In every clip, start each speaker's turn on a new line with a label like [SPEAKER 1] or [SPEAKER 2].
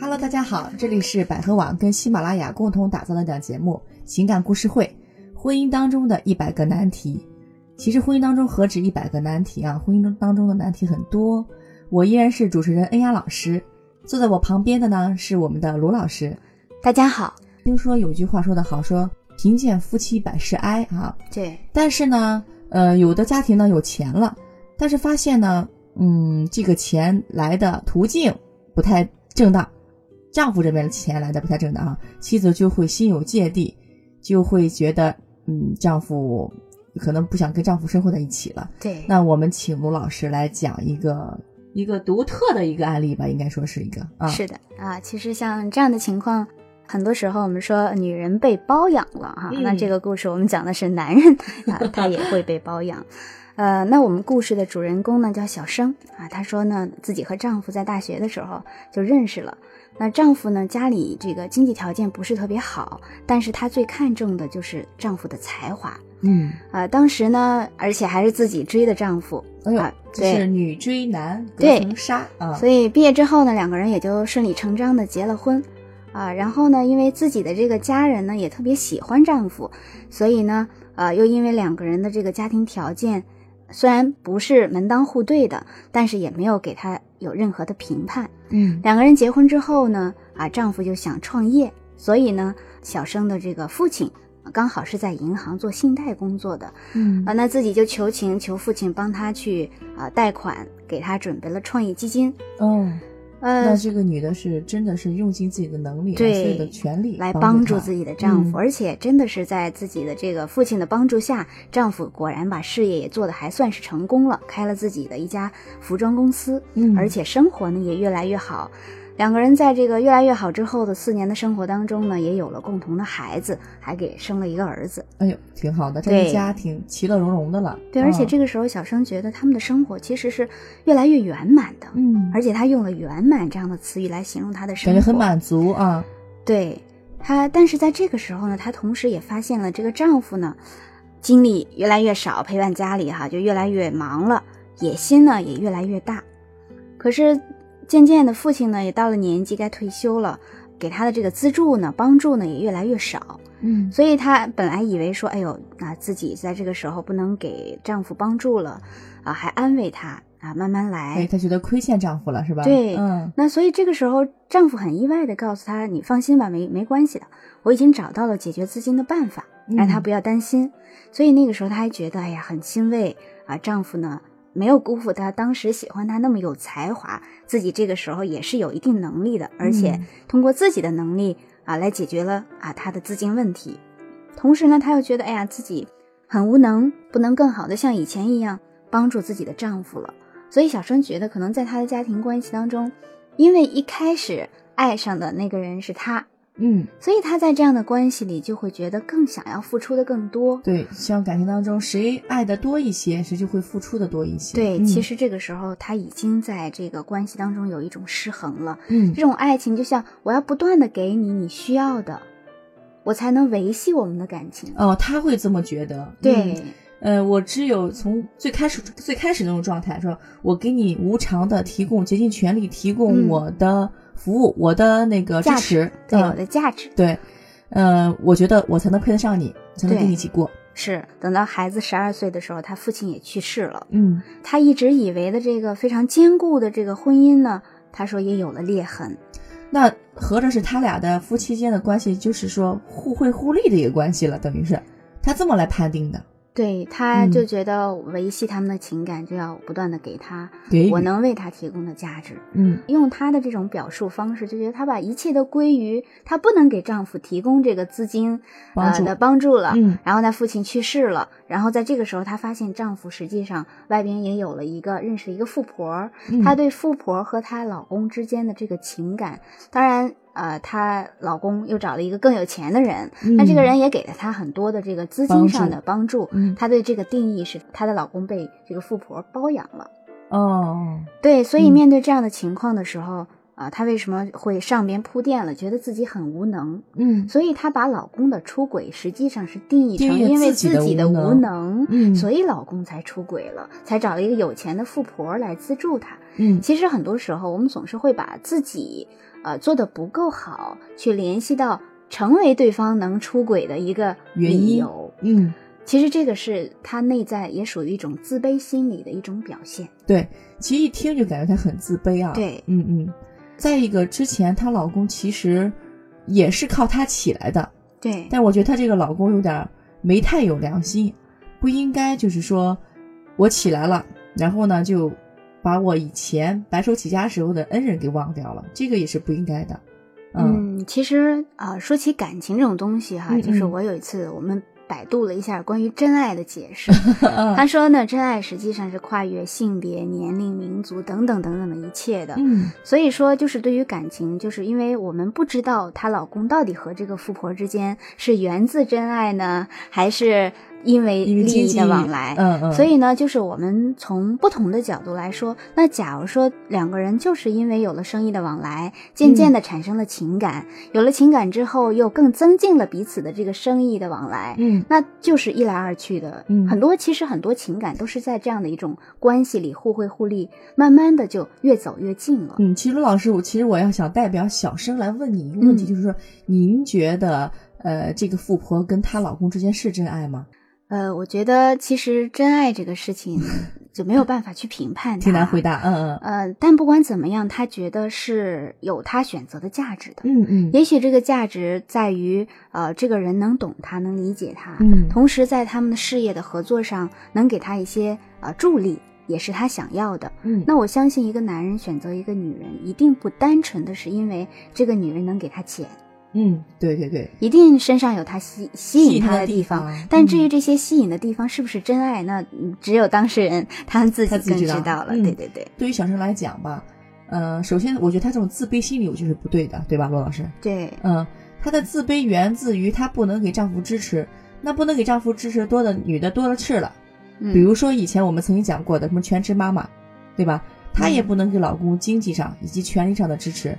[SPEAKER 1] Hello，大家好，这里是百合网跟喜马拉雅共同打造的档节目《情感故事会》，婚姻当中的一百个难题。其实婚姻当中何止一百个难题啊，婚姻当中的难题很多。我依然是主持人恩雅老师，坐在我旁边的呢是我们的卢老师。
[SPEAKER 2] 大家好，
[SPEAKER 1] 听说有句话说得好，说贫贱夫妻百事哀啊。
[SPEAKER 2] 对，
[SPEAKER 1] 但是呢，呃，有的家庭呢有钱了，但是发现呢，嗯，这个钱来的途径不太正当，丈夫这边的钱来的不太正当啊，妻子就会心有芥蒂，就会觉得，嗯，丈夫可能不想跟丈夫生活在一起了。
[SPEAKER 2] 对，
[SPEAKER 1] 那我们请卢老师来讲一个一个独特的一个案例吧，应该说是一个啊，
[SPEAKER 2] 是的啊。其实像这样的情况，很多时候我们说女人被包养了哈、
[SPEAKER 1] 嗯
[SPEAKER 2] 那这个故事我们讲的是男人 啊，他也会被包养。呃，那我们故事的主人公呢叫小生啊，她说呢自己和丈夫在大学的时候就认识了。那丈夫呢家里这个经济条件不是特别好，但是她最看重的就是丈夫的才华
[SPEAKER 1] 嗯，
[SPEAKER 2] 啊。当时呢，而且还是自己追的丈夫，
[SPEAKER 1] 哎呦
[SPEAKER 2] 啊，
[SPEAKER 1] 这是
[SPEAKER 2] 对
[SPEAKER 1] 女追男隔
[SPEAKER 2] 对
[SPEAKER 1] 层纱啊，
[SPEAKER 2] 所以毕业之后呢，两个人也就顺理成章的结了婚，啊，然后呢，因为自己的这个家人呢也特别喜欢丈夫，所以呢，呃，又因为两个人的这个家庭条件虽然不是门当户对的，但是也没有给他有任何的评判。
[SPEAKER 1] 嗯
[SPEAKER 2] 两个人结婚之后呢，啊，丈夫就想创业，所以呢，小生的这个父亲啊刚好是在银行做信贷工作的，
[SPEAKER 1] 嗯
[SPEAKER 2] 啊，那自己就求情，求父亲帮他去啊、贷款，给他准备了创业基金。
[SPEAKER 1] 哦。那
[SPEAKER 2] 呃，
[SPEAKER 1] 这个女的是真的是用尽自己的能力，
[SPEAKER 2] 对
[SPEAKER 1] 所有的权利
[SPEAKER 2] 来
[SPEAKER 1] 帮
[SPEAKER 2] 帮助自
[SPEAKER 1] 己。
[SPEAKER 2] 己的丈
[SPEAKER 1] 嗯
[SPEAKER 2] 夫，而且真的是在自己的这个父亲的帮助下，丈夫果然把事业也做得还算是成功了，开了自己的一家服装公司，
[SPEAKER 1] 嗯
[SPEAKER 2] 而且生活呢也越来越好。两个人在这个越来越好之后的四年的生活当中呢，也有了共同的孩子，还给生了一个儿子。
[SPEAKER 1] 哎呦，挺好的，这
[SPEAKER 2] 对
[SPEAKER 1] 一家挺其乐融融的了。
[SPEAKER 2] 对，
[SPEAKER 1] 啊
[SPEAKER 2] 而且这个时候小生觉得他们的生活其实是越来越圆满的，
[SPEAKER 1] 嗯，
[SPEAKER 2] 而且他用了“圆满”这样的词语来形容他的生
[SPEAKER 1] 感
[SPEAKER 2] 活，
[SPEAKER 1] 觉很满足啊。
[SPEAKER 2] 对她，但是在这个时候呢，她同时也发现了这个丈夫呢，精力越来越少，陪伴家里哈、就越来越忙了，野心呢也越来越大。可是渐渐的，父亲呢也到了年纪该退休了，给她的这个资助呢、帮助呢也越来越少，
[SPEAKER 1] 嗯
[SPEAKER 2] 所以她本来以为说，哎呦，啊自己在这个时候不能给丈夫帮助了，啊还安慰他啊，慢慢来，
[SPEAKER 1] 哎，她觉得亏欠丈夫了是吧？
[SPEAKER 2] 对
[SPEAKER 1] 嗯，
[SPEAKER 2] 那所以这个时候，丈夫很意外的告诉她：“你放心吧，没没关系的，我已经找到了解决资金的办法，让她
[SPEAKER 1] 嗯
[SPEAKER 2] 不要担心。所以那个时候，她还觉得哎呀很欣慰啊，丈夫呢没有辜负她当时喜欢她那么有才华，自己这个时候也是有一定能力的，而且
[SPEAKER 1] 嗯
[SPEAKER 2] 通过自己的能力啊来解决了啊她的资金问题。同时呢，她又觉得哎呀自己很无能，不能更好的像以前一样帮助自己的丈夫了。所以小生觉得，可能在她的家庭关系当中，因为一开始爱上的那个人是他，
[SPEAKER 1] 嗯，
[SPEAKER 2] 所以她在这样的关系里就会觉得更想要付出的更多。
[SPEAKER 1] 对，像感情当中，谁爱的多一些，谁就会付出的多一些。
[SPEAKER 2] 对，
[SPEAKER 1] 嗯
[SPEAKER 2] 其实这个时候她已经在这个关系当中有一种失衡了。
[SPEAKER 1] 嗯
[SPEAKER 2] 这种爱情就像我要不断的给你你需要的，我才能维系我们的感情。
[SPEAKER 1] 哦，她会这么觉得。
[SPEAKER 2] 对、
[SPEAKER 1] 嗯呃，我只有从最开始最开始那种状态，说我给你无偿的提供，竭尽全力提供
[SPEAKER 2] 嗯
[SPEAKER 1] 我的服务，我的那个支
[SPEAKER 2] 价
[SPEAKER 1] 持
[SPEAKER 2] 值，，对
[SPEAKER 1] 嗯
[SPEAKER 2] 我的价值
[SPEAKER 1] 对，呃，我觉得我才能配得上你，才能
[SPEAKER 2] 对
[SPEAKER 1] 跟你一起过。
[SPEAKER 2] 是等到孩子十二岁的时候，他父亲也去世了。
[SPEAKER 1] 嗯
[SPEAKER 2] 她一直以为的这个非常坚固的这个婚姻呢，她说也有了裂痕。
[SPEAKER 1] 那合着是他俩的夫妻间的关系，就是说互惠互利的一个关系了，等于是他这么来判定的。
[SPEAKER 2] 对，她
[SPEAKER 1] 嗯
[SPEAKER 2] 就觉得维系他们的情感就要不断的给他，
[SPEAKER 1] 给予
[SPEAKER 2] 我，能为他提供的价值。
[SPEAKER 1] 嗯
[SPEAKER 2] 用她的这种表述方式，就觉得她把一切都归于她不能给丈夫提供这个资金
[SPEAKER 1] 帮助
[SPEAKER 2] 呃的帮助了。
[SPEAKER 1] 嗯
[SPEAKER 2] 然后她父亲去世了，然后在这个时候，她发现丈夫实际上外边也有了一个认识了一个富婆儿，
[SPEAKER 1] 嗯
[SPEAKER 2] 她对富婆和她老公之间的这个情感，当然，呃，她老公又找了一个更有钱的人，那这个
[SPEAKER 1] 嗯
[SPEAKER 2] 人也给了她很多的这个资
[SPEAKER 1] 帮
[SPEAKER 2] 金上
[SPEAKER 1] 助
[SPEAKER 2] 的帮助。
[SPEAKER 1] 嗯
[SPEAKER 2] 她对这个定义是她的老公被这个富婆包养了。
[SPEAKER 1] 哦，
[SPEAKER 2] 对，所以
[SPEAKER 1] 嗯
[SPEAKER 2] 面对这样的情况的时候，啊，她为什么会上边铺垫了，觉得自己很无能，
[SPEAKER 1] 嗯
[SPEAKER 2] 所以她把老公的出轨实际上是定义成
[SPEAKER 1] 定义
[SPEAKER 2] 因为
[SPEAKER 1] 自己
[SPEAKER 2] 自
[SPEAKER 1] 的
[SPEAKER 2] 己的
[SPEAKER 1] 无
[SPEAKER 2] 无
[SPEAKER 1] 能
[SPEAKER 2] 能，
[SPEAKER 1] 嗯
[SPEAKER 2] 所以老公才出轨了，才找了一个有钱的富婆来资助她。
[SPEAKER 1] 嗯
[SPEAKER 2] 其实很多时候，我们总是会把自己呃做的不够好，去联系到成为对方能出轨的一个
[SPEAKER 1] 原
[SPEAKER 2] 理
[SPEAKER 1] 因
[SPEAKER 2] 由。
[SPEAKER 1] 嗯，
[SPEAKER 2] 其实这个是他内在也属于一种自卑心理的一种表现。
[SPEAKER 1] 对，其实一听就感觉她很自卑啊。，
[SPEAKER 2] 对，
[SPEAKER 1] 嗯嗯。再一个，之前她老公其实也是靠她起来的，
[SPEAKER 2] 对，
[SPEAKER 1] 但我觉得她这个老公有点儿没太有良心，不应该就是说我起来了，然后呢就把我以前白手起家时候的恩人给忘掉了，这个也是不应该的。嗯
[SPEAKER 2] 嗯，其实啊、呃说起感情这种东西哈，
[SPEAKER 1] 嗯
[SPEAKER 2] 就是
[SPEAKER 1] 嗯
[SPEAKER 2] 我有一次我们百度了一下关于真爱的解 释，
[SPEAKER 1] 嗯
[SPEAKER 2] 他说呢，真爱实际上是跨越性别、年龄、民族等等等等的一切的。
[SPEAKER 1] 嗯
[SPEAKER 2] 所以说，就是对于感情，就是因为我们不知道她老公到底和这个富婆之间是源自真爱呢，还是因为
[SPEAKER 1] 因为
[SPEAKER 2] 利
[SPEAKER 1] 经
[SPEAKER 2] 益
[SPEAKER 1] 济
[SPEAKER 2] 的往来。
[SPEAKER 1] 嗯嗯，
[SPEAKER 2] 所以呢，就是我们从不同的角度来说，那假如说两个人就是因为有了生意的往来，渐渐的产生了情感，
[SPEAKER 1] 嗯
[SPEAKER 2] 有了情感之后，又更增进了彼此的这个生意的往来，
[SPEAKER 1] 嗯
[SPEAKER 2] 那就是一来二去的，
[SPEAKER 1] 嗯
[SPEAKER 2] 很多其实很多情感都是在这样的一种关系里互惠互利，慢慢的就越走越近了。
[SPEAKER 1] 嗯，其实老师，我其实我要想代表小生来问你一个问题，
[SPEAKER 2] 嗯
[SPEAKER 1] 就是说您觉得呃这个富婆跟她老公之间是真爱吗？
[SPEAKER 2] 呃，我觉得其实真爱这个事情就没有办法去评判，
[SPEAKER 1] 挺难回。答，嗯
[SPEAKER 2] 呃，但不管怎么样，他觉得是有他选择的价值的。
[SPEAKER 1] 嗯嗯嗯
[SPEAKER 2] 也许这个价值在于，呃，这个人能懂他，能理解他，
[SPEAKER 1] 嗯
[SPEAKER 2] 同时在他们的事业的合作上，能给他一些呃助力，也是他想要的。
[SPEAKER 1] 嗯，
[SPEAKER 2] 那我相信，一个男人选择一个女人，一定不单纯的是因为这个女人能给他钱，
[SPEAKER 1] 嗯对对对，
[SPEAKER 2] 一定身上有他吸吸
[SPEAKER 1] 吸
[SPEAKER 2] 引
[SPEAKER 1] 引
[SPEAKER 2] 他
[SPEAKER 1] 他
[SPEAKER 2] 的
[SPEAKER 1] 的
[SPEAKER 2] 地
[SPEAKER 1] 地
[SPEAKER 2] 方。啊
[SPEAKER 1] 方
[SPEAKER 2] 但至于
[SPEAKER 1] 嗯
[SPEAKER 2] 这些吸引的地方是不是真爱，那嗯只有当事人他自己
[SPEAKER 1] 他自己
[SPEAKER 2] 更
[SPEAKER 1] 知道
[SPEAKER 2] 了。
[SPEAKER 1] 嗯
[SPEAKER 2] 对对对
[SPEAKER 1] 对于小生来讲吧，呃，首先我觉得他这种自卑心理，我觉得是不对的，对吧，罗老师？
[SPEAKER 2] 对，
[SPEAKER 1] 嗯，她的自卑源自于她不能给丈夫支持，那不能给丈夫支持多的女的多了去了。
[SPEAKER 2] 嗯
[SPEAKER 1] 比如说以前我们曾经讲过的什么全职妈妈，对吧？她也
[SPEAKER 2] 嗯
[SPEAKER 1] 不能给老公经济上以及权利上的支持，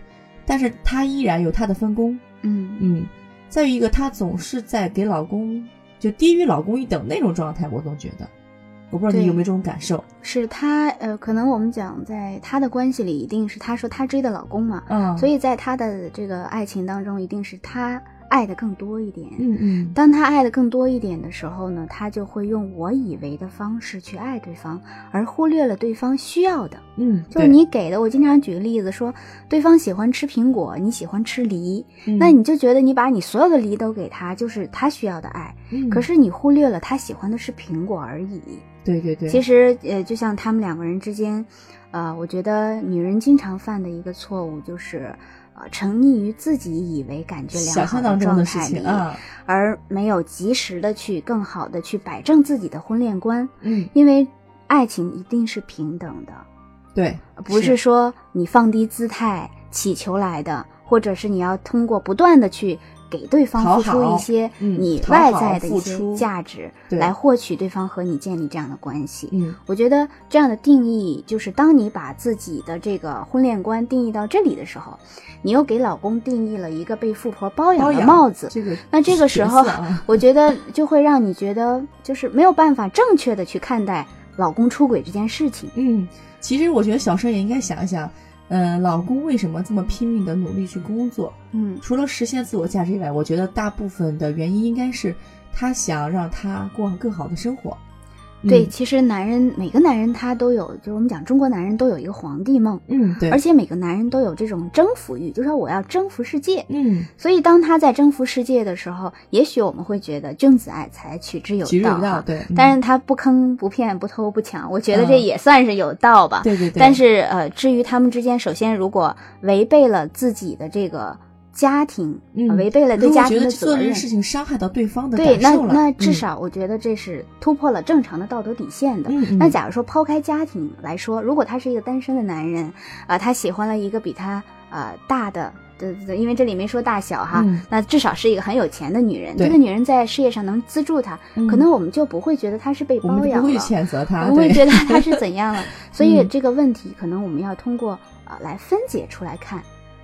[SPEAKER 1] 但是她依然有她的分工。
[SPEAKER 2] 嗯
[SPEAKER 1] 嗯，再有一个，她总是在给老公就低于老公一等那种状态，我总觉得，我不知道
[SPEAKER 2] 对
[SPEAKER 1] 你有没有这种感受？
[SPEAKER 2] 是他呃，可能我们讲在他的关系里，一定是他说他追的老公嘛，
[SPEAKER 1] 嗯，
[SPEAKER 2] 所
[SPEAKER 1] 以
[SPEAKER 2] 以在他的这个爱情当中，一定是他爱的更多一点。
[SPEAKER 1] 嗯嗯
[SPEAKER 2] 当他爱的更多一点的时候呢，他就会用我以为的方式去爱对方，而忽略了对方需要的。
[SPEAKER 1] 嗯，
[SPEAKER 2] 就
[SPEAKER 1] 对，
[SPEAKER 2] 是你给的，我经常举个例子说，对方喜欢吃苹果，你喜欢吃梨，
[SPEAKER 1] 嗯
[SPEAKER 2] 那你就觉得你把你所有的梨都给他，就是他需要的爱，
[SPEAKER 1] 嗯
[SPEAKER 2] 可是你忽略了他喜欢的是苹果而已。
[SPEAKER 1] 对对对，
[SPEAKER 2] 其实，呃，就像他们两个人之间，呃，我觉得女人经常犯的一个错误就是，呃，沉溺于自己以为感觉
[SPEAKER 1] 想
[SPEAKER 2] 良好
[SPEAKER 1] 象当中
[SPEAKER 2] 状
[SPEAKER 1] 的事
[SPEAKER 2] 态里
[SPEAKER 1] 情，啊，
[SPEAKER 2] 而没有及时的去更好的去摆正自己的婚恋观，
[SPEAKER 1] 嗯，
[SPEAKER 2] 因为爱情一定是平等的，
[SPEAKER 1] 对，
[SPEAKER 2] 不是说你放低姿态祈求来的，或者是你要通过不断的去。给对
[SPEAKER 1] 讨
[SPEAKER 2] 方付出
[SPEAKER 1] 好
[SPEAKER 2] 一些
[SPEAKER 1] 嗯
[SPEAKER 2] 你
[SPEAKER 1] 讨
[SPEAKER 2] 外
[SPEAKER 1] 好
[SPEAKER 2] 在的一
[SPEAKER 1] 付
[SPEAKER 2] 些
[SPEAKER 1] 出
[SPEAKER 2] 价值，
[SPEAKER 1] 对
[SPEAKER 2] 来获取对方和你建立这样的关系。
[SPEAKER 1] 嗯
[SPEAKER 2] 我觉得这样的定义，就是当你把自己的这个婚恋观定义到这里的时候，你又给老公定义了一个被富婆包养
[SPEAKER 1] 包
[SPEAKER 2] 的
[SPEAKER 1] 养
[SPEAKER 2] 帽子。
[SPEAKER 1] 这个
[SPEAKER 2] 那这个时
[SPEAKER 1] 角
[SPEAKER 2] 候
[SPEAKER 1] 色啊，
[SPEAKER 2] 我觉得就会让你觉得就是没有办法正确的去看待老公出轨这件事情。
[SPEAKER 1] 嗯，其实我觉得小生也应该想一想，嗯、老公为什么这么拼命的努力去工作？
[SPEAKER 2] 嗯
[SPEAKER 1] 除了实现自我价值以外，我觉得大部分的原因应该是他想让他过上更好的生活。嗯
[SPEAKER 2] 对，其实男人每个男人他都有，就是我们讲中国男人都有一个皇帝梦，
[SPEAKER 1] 嗯，嗯，对，
[SPEAKER 2] 而且每个男人都有这种征服欲，就说我要征服世界。
[SPEAKER 1] 嗯，
[SPEAKER 2] 所以，当他在征服世界的时候，也许我们会觉得君子爱财，取之有
[SPEAKER 1] 举例有
[SPEAKER 2] 道哈
[SPEAKER 1] 道，。对，嗯
[SPEAKER 2] 但是他不坑、不骗、不偷、不抢，我觉得这
[SPEAKER 1] 嗯
[SPEAKER 2] 也算是有道吧。
[SPEAKER 1] 对对对，
[SPEAKER 2] 但是呃，至于他们之间，首先如果违背了自己的这个家庭，
[SPEAKER 1] 嗯
[SPEAKER 2] 呃违背了
[SPEAKER 1] 如
[SPEAKER 2] 对
[SPEAKER 1] 果
[SPEAKER 2] 家
[SPEAKER 1] 觉
[SPEAKER 2] 庭
[SPEAKER 1] 得
[SPEAKER 2] 的
[SPEAKER 1] 做
[SPEAKER 2] 责
[SPEAKER 1] 这
[SPEAKER 2] 任
[SPEAKER 1] 件，事情伤害到对方的
[SPEAKER 2] 对，
[SPEAKER 1] 感
[SPEAKER 2] 那
[SPEAKER 1] 受了，
[SPEAKER 2] 那至
[SPEAKER 1] 嗯，
[SPEAKER 2] 少我觉得这是突破了正常的道德底线的。
[SPEAKER 1] 嗯，嗯
[SPEAKER 2] 那假如说抛开家庭来说，如果他是一个单身的男人，啊、他喜欢了一个比他呃大的。对对对，因为这里没说大小哈，
[SPEAKER 1] 嗯
[SPEAKER 2] 那至少是一个很有钱的女人。
[SPEAKER 1] 对
[SPEAKER 2] 这个女人在事业上能资助他，
[SPEAKER 1] 嗯
[SPEAKER 2] 可能我们就不会觉得她是被
[SPEAKER 1] 我
[SPEAKER 2] 包
[SPEAKER 1] 们就
[SPEAKER 2] 养
[SPEAKER 1] 不
[SPEAKER 2] 了。
[SPEAKER 1] 会谴责他，
[SPEAKER 2] 我会
[SPEAKER 1] 对
[SPEAKER 2] 觉得他是怎样了。所以
[SPEAKER 1] 嗯
[SPEAKER 2] 这个问题可能我们要通过呃来分解出来看，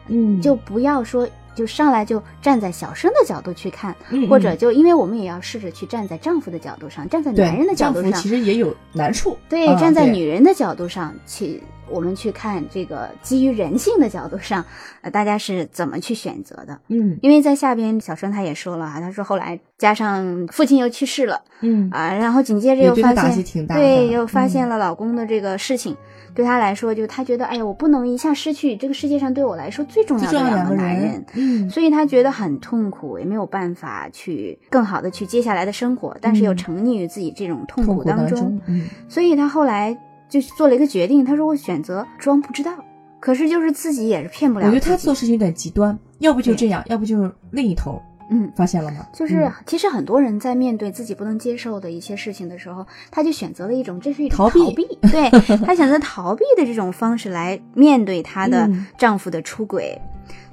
[SPEAKER 1] 嗯，
[SPEAKER 2] 就不要说就上来就站在小生的角度去看，
[SPEAKER 1] 嗯
[SPEAKER 2] 或者
[SPEAKER 1] 嗯
[SPEAKER 2] 就因为我们也要试着去站在丈夫的角度上，站在
[SPEAKER 1] 对
[SPEAKER 2] 男人的角
[SPEAKER 1] 丈
[SPEAKER 2] 度
[SPEAKER 1] 夫
[SPEAKER 2] 上
[SPEAKER 1] 其，实也有难处，
[SPEAKER 2] 对，
[SPEAKER 1] 嗯
[SPEAKER 2] 站在
[SPEAKER 1] 对
[SPEAKER 2] 女人的角度上去，我们去看这个基于人性的角度上，呃，大家是怎么去选择的？
[SPEAKER 1] 嗯
[SPEAKER 2] 因为在下边小生他也说了啊，他说后来加上父亲又去世了
[SPEAKER 1] 嗯，
[SPEAKER 2] 啊，然后紧接着
[SPEAKER 1] 也
[SPEAKER 2] 又
[SPEAKER 1] 对
[SPEAKER 2] 发
[SPEAKER 1] 她打击
[SPEAKER 2] 现，
[SPEAKER 1] 挺大的，
[SPEAKER 2] 对，又发现
[SPEAKER 1] 嗯
[SPEAKER 2] 了老公的这个事情，对他来说，就他觉得，哎呀，我不能一下失去这个世界上对我来说最重
[SPEAKER 1] 最
[SPEAKER 2] 要
[SPEAKER 1] 重
[SPEAKER 2] 的
[SPEAKER 1] 要
[SPEAKER 2] 两
[SPEAKER 1] 两
[SPEAKER 2] 个
[SPEAKER 1] 个
[SPEAKER 2] 男人
[SPEAKER 1] 人，，嗯
[SPEAKER 2] 所以他觉得很痛苦，也没有办法去更好的去接下来的生活，但是又
[SPEAKER 1] 嗯
[SPEAKER 2] 沉溺于自己这种痛
[SPEAKER 1] 痛
[SPEAKER 2] 苦
[SPEAKER 1] 苦
[SPEAKER 2] 当
[SPEAKER 1] 当
[SPEAKER 2] 中。
[SPEAKER 1] 中，嗯
[SPEAKER 2] 所以他后来就做了一个决定，他说我选择装不知道，可是就是自己也是骗不
[SPEAKER 1] 我
[SPEAKER 2] 了
[SPEAKER 1] 觉
[SPEAKER 2] 自
[SPEAKER 1] 得
[SPEAKER 2] 己。
[SPEAKER 1] 他做事情有点极端，要不就
[SPEAKER 2] 对
[SPEAKER 1] 这样，要不就是另一头，
[SPEAKER 2] 嗯，
[SPEAKER 1] 发现了吗？
[SPEAKER 2] 就是
[SPEAKER 1] 嗯
[SPEAKER 2] 其实很多人在面对自己不能接受的一些事情的时候，他就选择了一种这是一种
[SPEAKER 1] 逃
[SPEAKER 2] 逃
[SPEAKER 1] 避
[SPEAKER 2] 对他选择逃避的这种方式来面对她的
[SPEAKER 1] 嗯
[SPEAKER 2] 丈夫的出轨，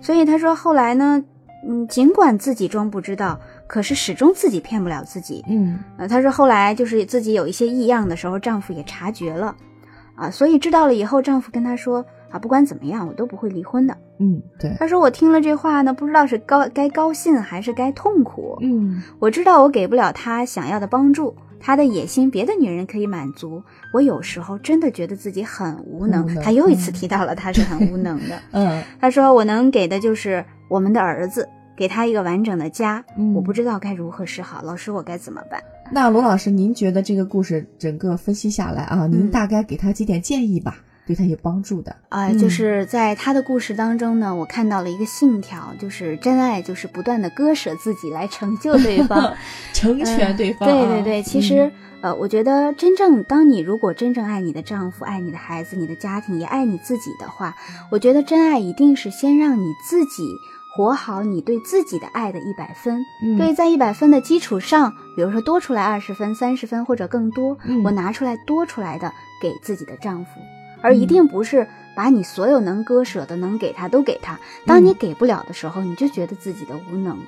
[SPEAKER 2] 所以她说后来呢，嗯，尽管自己装不知道，可是始终自己骗不了自己，
[SPEAKER 1] 嗯
[SPEAKER 2] 呃，她说后来就是自己有一些异样的时候，丈夫也察觉了，啊，所以知道了以后，丈夫跟她说啊，不管怎么样，我都不会离婚的。
[SPEAKER 1] 嗯， 对，
[SPEAKER 2] 她说我听了这话呢，不知道是高该高兴还是该痛苦。
[SPEAKER 1] 嗯
[SPEAKER 2] 我知道我给不了他想要的帮助，他的野心别的女人可以满足。我有时候真的觉得自己很无能。
[SPEAKER 1] 无能
[SPEAKER 2] 她又一次
[SPEAKER 1] 嗯
[SPEAKER 2] 提到了她是很无能的。
[SPEAKER 1] 嗯
[SPEAKER 2] 她说我能给的就是我们的儿子，给他一个完整的家。
[SPEAKER 1] 嗯，
[SPEAKER 2] 我不知道该如何是好，老师我该怎么办？
[SPEAKER 1] 那罗老师，您觉得这个故事整个分析下来啊，您
[SPEAKER 2] 嗯
[SPEAKER 1] 大概给他几点建议吧，对他有帮助的。
[SPEAKER 2] 啊、
[SPEAKER 1] 嗯
[SPEAKER 2] 就是在他的故事当中呢，我看到了一个信条，就是真爱就是不断的割舍自己来成就对方，
[SPEAKER 1] 成全
[SPEAKER 2] 嗯
[SPEAKER 1] 对方啊、
[SPEAKER 2] 对对对，其实、呃，我觉得真正当你如果真正爱你的丈夫、爱你的孩子、你的家庭，也爱你自己的话，
[SPEAKER 1] 嗯
[SPEAKER 2] 我觉得真爱一定是先让你自己活好你对自己的爱的一百分。
[SPEAKER 1] 嗯、嗯
[SPEAKER 2] 对，，在一百分的基础上，比如说多出来二十分、三十分或者更多，
[SPEAKER 1] 嗯
[SPEAKER 2] 我拿出来多出来的给自己的丈夫，而
[SPEAKER 1] 嗯
[SPEAKER 2] 一定不是把你所有能割舍的、能给他都给他。当你
[SPEAKER 1] 嗯
[SPEAKER 2] 给不了的时候，你就觉得自己的无能，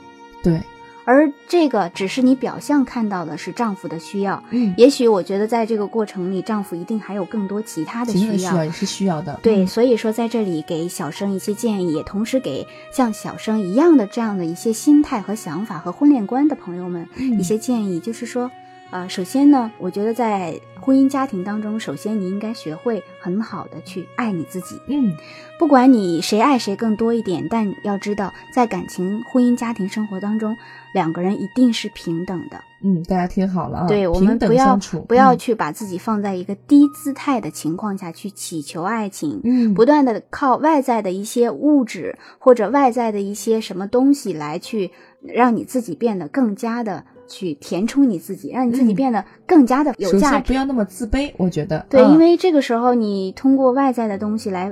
[SPEAKER 1] 对，
[SPEAKER 2] 而这个只是你表象看到的是丈夫的需要。
[SPEAKER 1] 嗯，
[SPEAKER 2] 也许我觉得在这个过程里，丈夫一定还有更多其他的
[SPEAKER 1] 其他的
[SPEAKER 2] 需
[SPEAKER 1] 需
[SPEAKER 2] 要
[SPEAKER 1] 要。也是需要的。
[SPEAKER 2] 对，
[SPEAKER 1] 嗯，
[SPEAKER 2] 所以说在这里给小生一些建议，也同时给像小生一样的这样的一些心态和想法和婚恋观的朋友们
[SPEAKER 1] 嗯
[SPEAKER 2] 一些建议，就是说，呃，首先呢，我觉得在婚姻家庭当中，首先你应该学会很好的去爱你自己，
[SPEAKER 1] 嗯，
[SPEAKER 2] 不管你谁爱谁更多一点，但要知道，在感情、婚姻、家庭生活当中，两个人一定是平等的。
[SPEAKER 1] 嗯，大家听好了啊，
[SPEAKER 2] 对我
[SPEAKER 1] 平
[SPEAKER 2] 们
[SPEAKER 1] 等
[SPEAKER 2] 不要
[SPEAKER 1] 相处
[SPEAKER 2] 不要
[SPEAKER 1] 嗯
[SPEAKER 2] 去把自己放在一个低姿态的情况下去祈求爱情，
[SPEAKER 1] 嗯
[SPEAKER 2] 不断的靠外在的一些物质或者外在的一些什么东西来去呃让你自己变得更加的去填充你自己，让你自己
[SPEAKER 1] 嗯
[SPEAKER 2] 变得更加的有
[SPEAKER 1] 首
[SPEAKER 2] 价
[SPEAKER 1] 先
[SPEAKER 2] 值。
[SPEAKER 1] 不要那么自卑，我觉得
[SPEAKER 2] 对，
[SPEAKER 1] 嗯
[SPEAKER 2] 因为这个时候你通过外在的东西来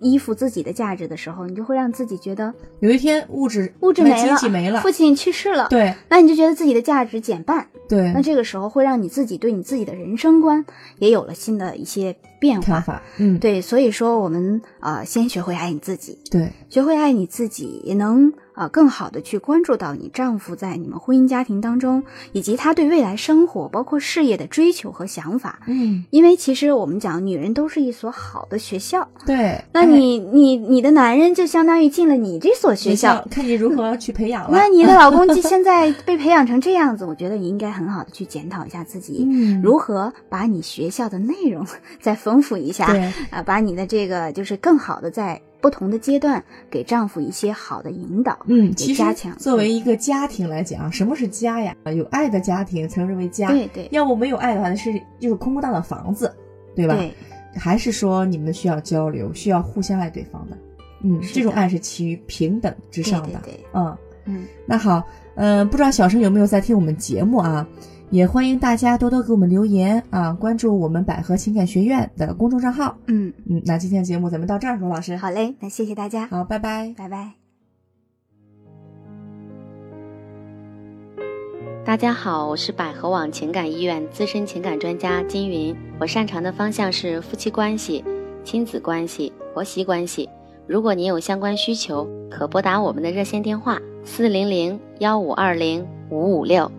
[SPEAKER 2] 依附自己的价值的时候，你就会让自己觉得
[SPEAKER 1] 有一天物质
[SPEAKER 2] 物质
[SPEAKER 1] 那
[SPEAKER 2] 没
[SPEAKER 1] 经
[SPEAKER 2] 了，
[SPEAKER 1] 济没了
[SPEAKER 2] 父，亲去世了，
[SPEAKER 1] 对
[SPEAKER 2] 那你就觉得自己的价值减半。
[SPEAKER 1] 对
[SPEAKER 2] 那，这个时候会让你自己对你自己的人生观也有了新的一些变
[SPEAKER 1] 看
[SPEAKER 2] 化。
[SPEAKER 1] 法，嗯，
[SPEAKER 2] 对，所以说我们啊、呃先学会爱你自己，
[SPEAKER 1] 对，
[SPEAKER 2] 学会爱你自己，也能啊、呃更好的去关注到你丈夫在你们婚姻家庭当中，以及他对未来生活包括事业的追求和想法。
[SPEAKER 1] 嗯，
[SPEAKER 2] 因为其实我们讲，女人都是一所好的学校，
[SPEAKER 1] 对。
[SPEAKER 2] 那
[SPEAKER 1] 哎
[SPEAKER 2] 你、你你的男人就相当于进了你这所
[SPEAKER 1] 学
[SPEAKER 2] 学校，
[SPEAKER 1] 看你如何去培养了。
[SPEAKER 2] 那你的老 公就现在被培养成这样子，我觉得你应该很好的去检讨一下自己，
[SPEAKER 1] 嗯，
[SPEAKER 2] 如何把你学校的内容 再丰富一下，
[SPEAKER 1] 对，
[SPEAKER 2] 啊，把你的这个就是更好的在不同的阶段给丈夫一些好的引导。
[SPEAKER 1] 嗯，
[SPEAKER 2] 也
[SPEAKER 1] 其实
[SPEAKER 2] 加强
[SPEAKER 1] 作为一个家庭来讲，什么是家呀？有爱的家庭才认为家。
[SPEAKER 2] 对对
[SPEAKER 1] 要不没有爱的话，那是就是空空荡的房子，对吧？
[SPEAKER 2] 对，
[SPEAKER 1] 还是说你们需要交流，需要互相爱对方的。嗯，
[SPEAKER 2] 是的
[SPEAKER 1] 这种爱是基于平等之上的。
[SPEAKER 2] 对对对
[SPEAKER 1] 嗯，
[SPEAKER 2] 嗯，
[SPEAKER 1] 那好，嗯、不知道小生有没有在听我们节目啊？也欢迎大家多多给我们留言啊，关注我们百合情感学院的公众账号。
[SPEAKER 2] 嗯，
[SPEAKER 1] 嗯，那今天的节目咱们到这儿，罗老师。
[SPEAKER 2] 好嘞，那谢谢大家，
[SPEAKER 1] 好，拜拜。
[SPEAKER 2] 拜拜。
[SPEAKER 3] 大家好，我是百合网情感医院资深情感专家金云。我擅长的方向是夫妻关系、亲子关系、婆媳关系。如果您有相关需求，可拨打我们的热线电话四零零幺五二零五五六。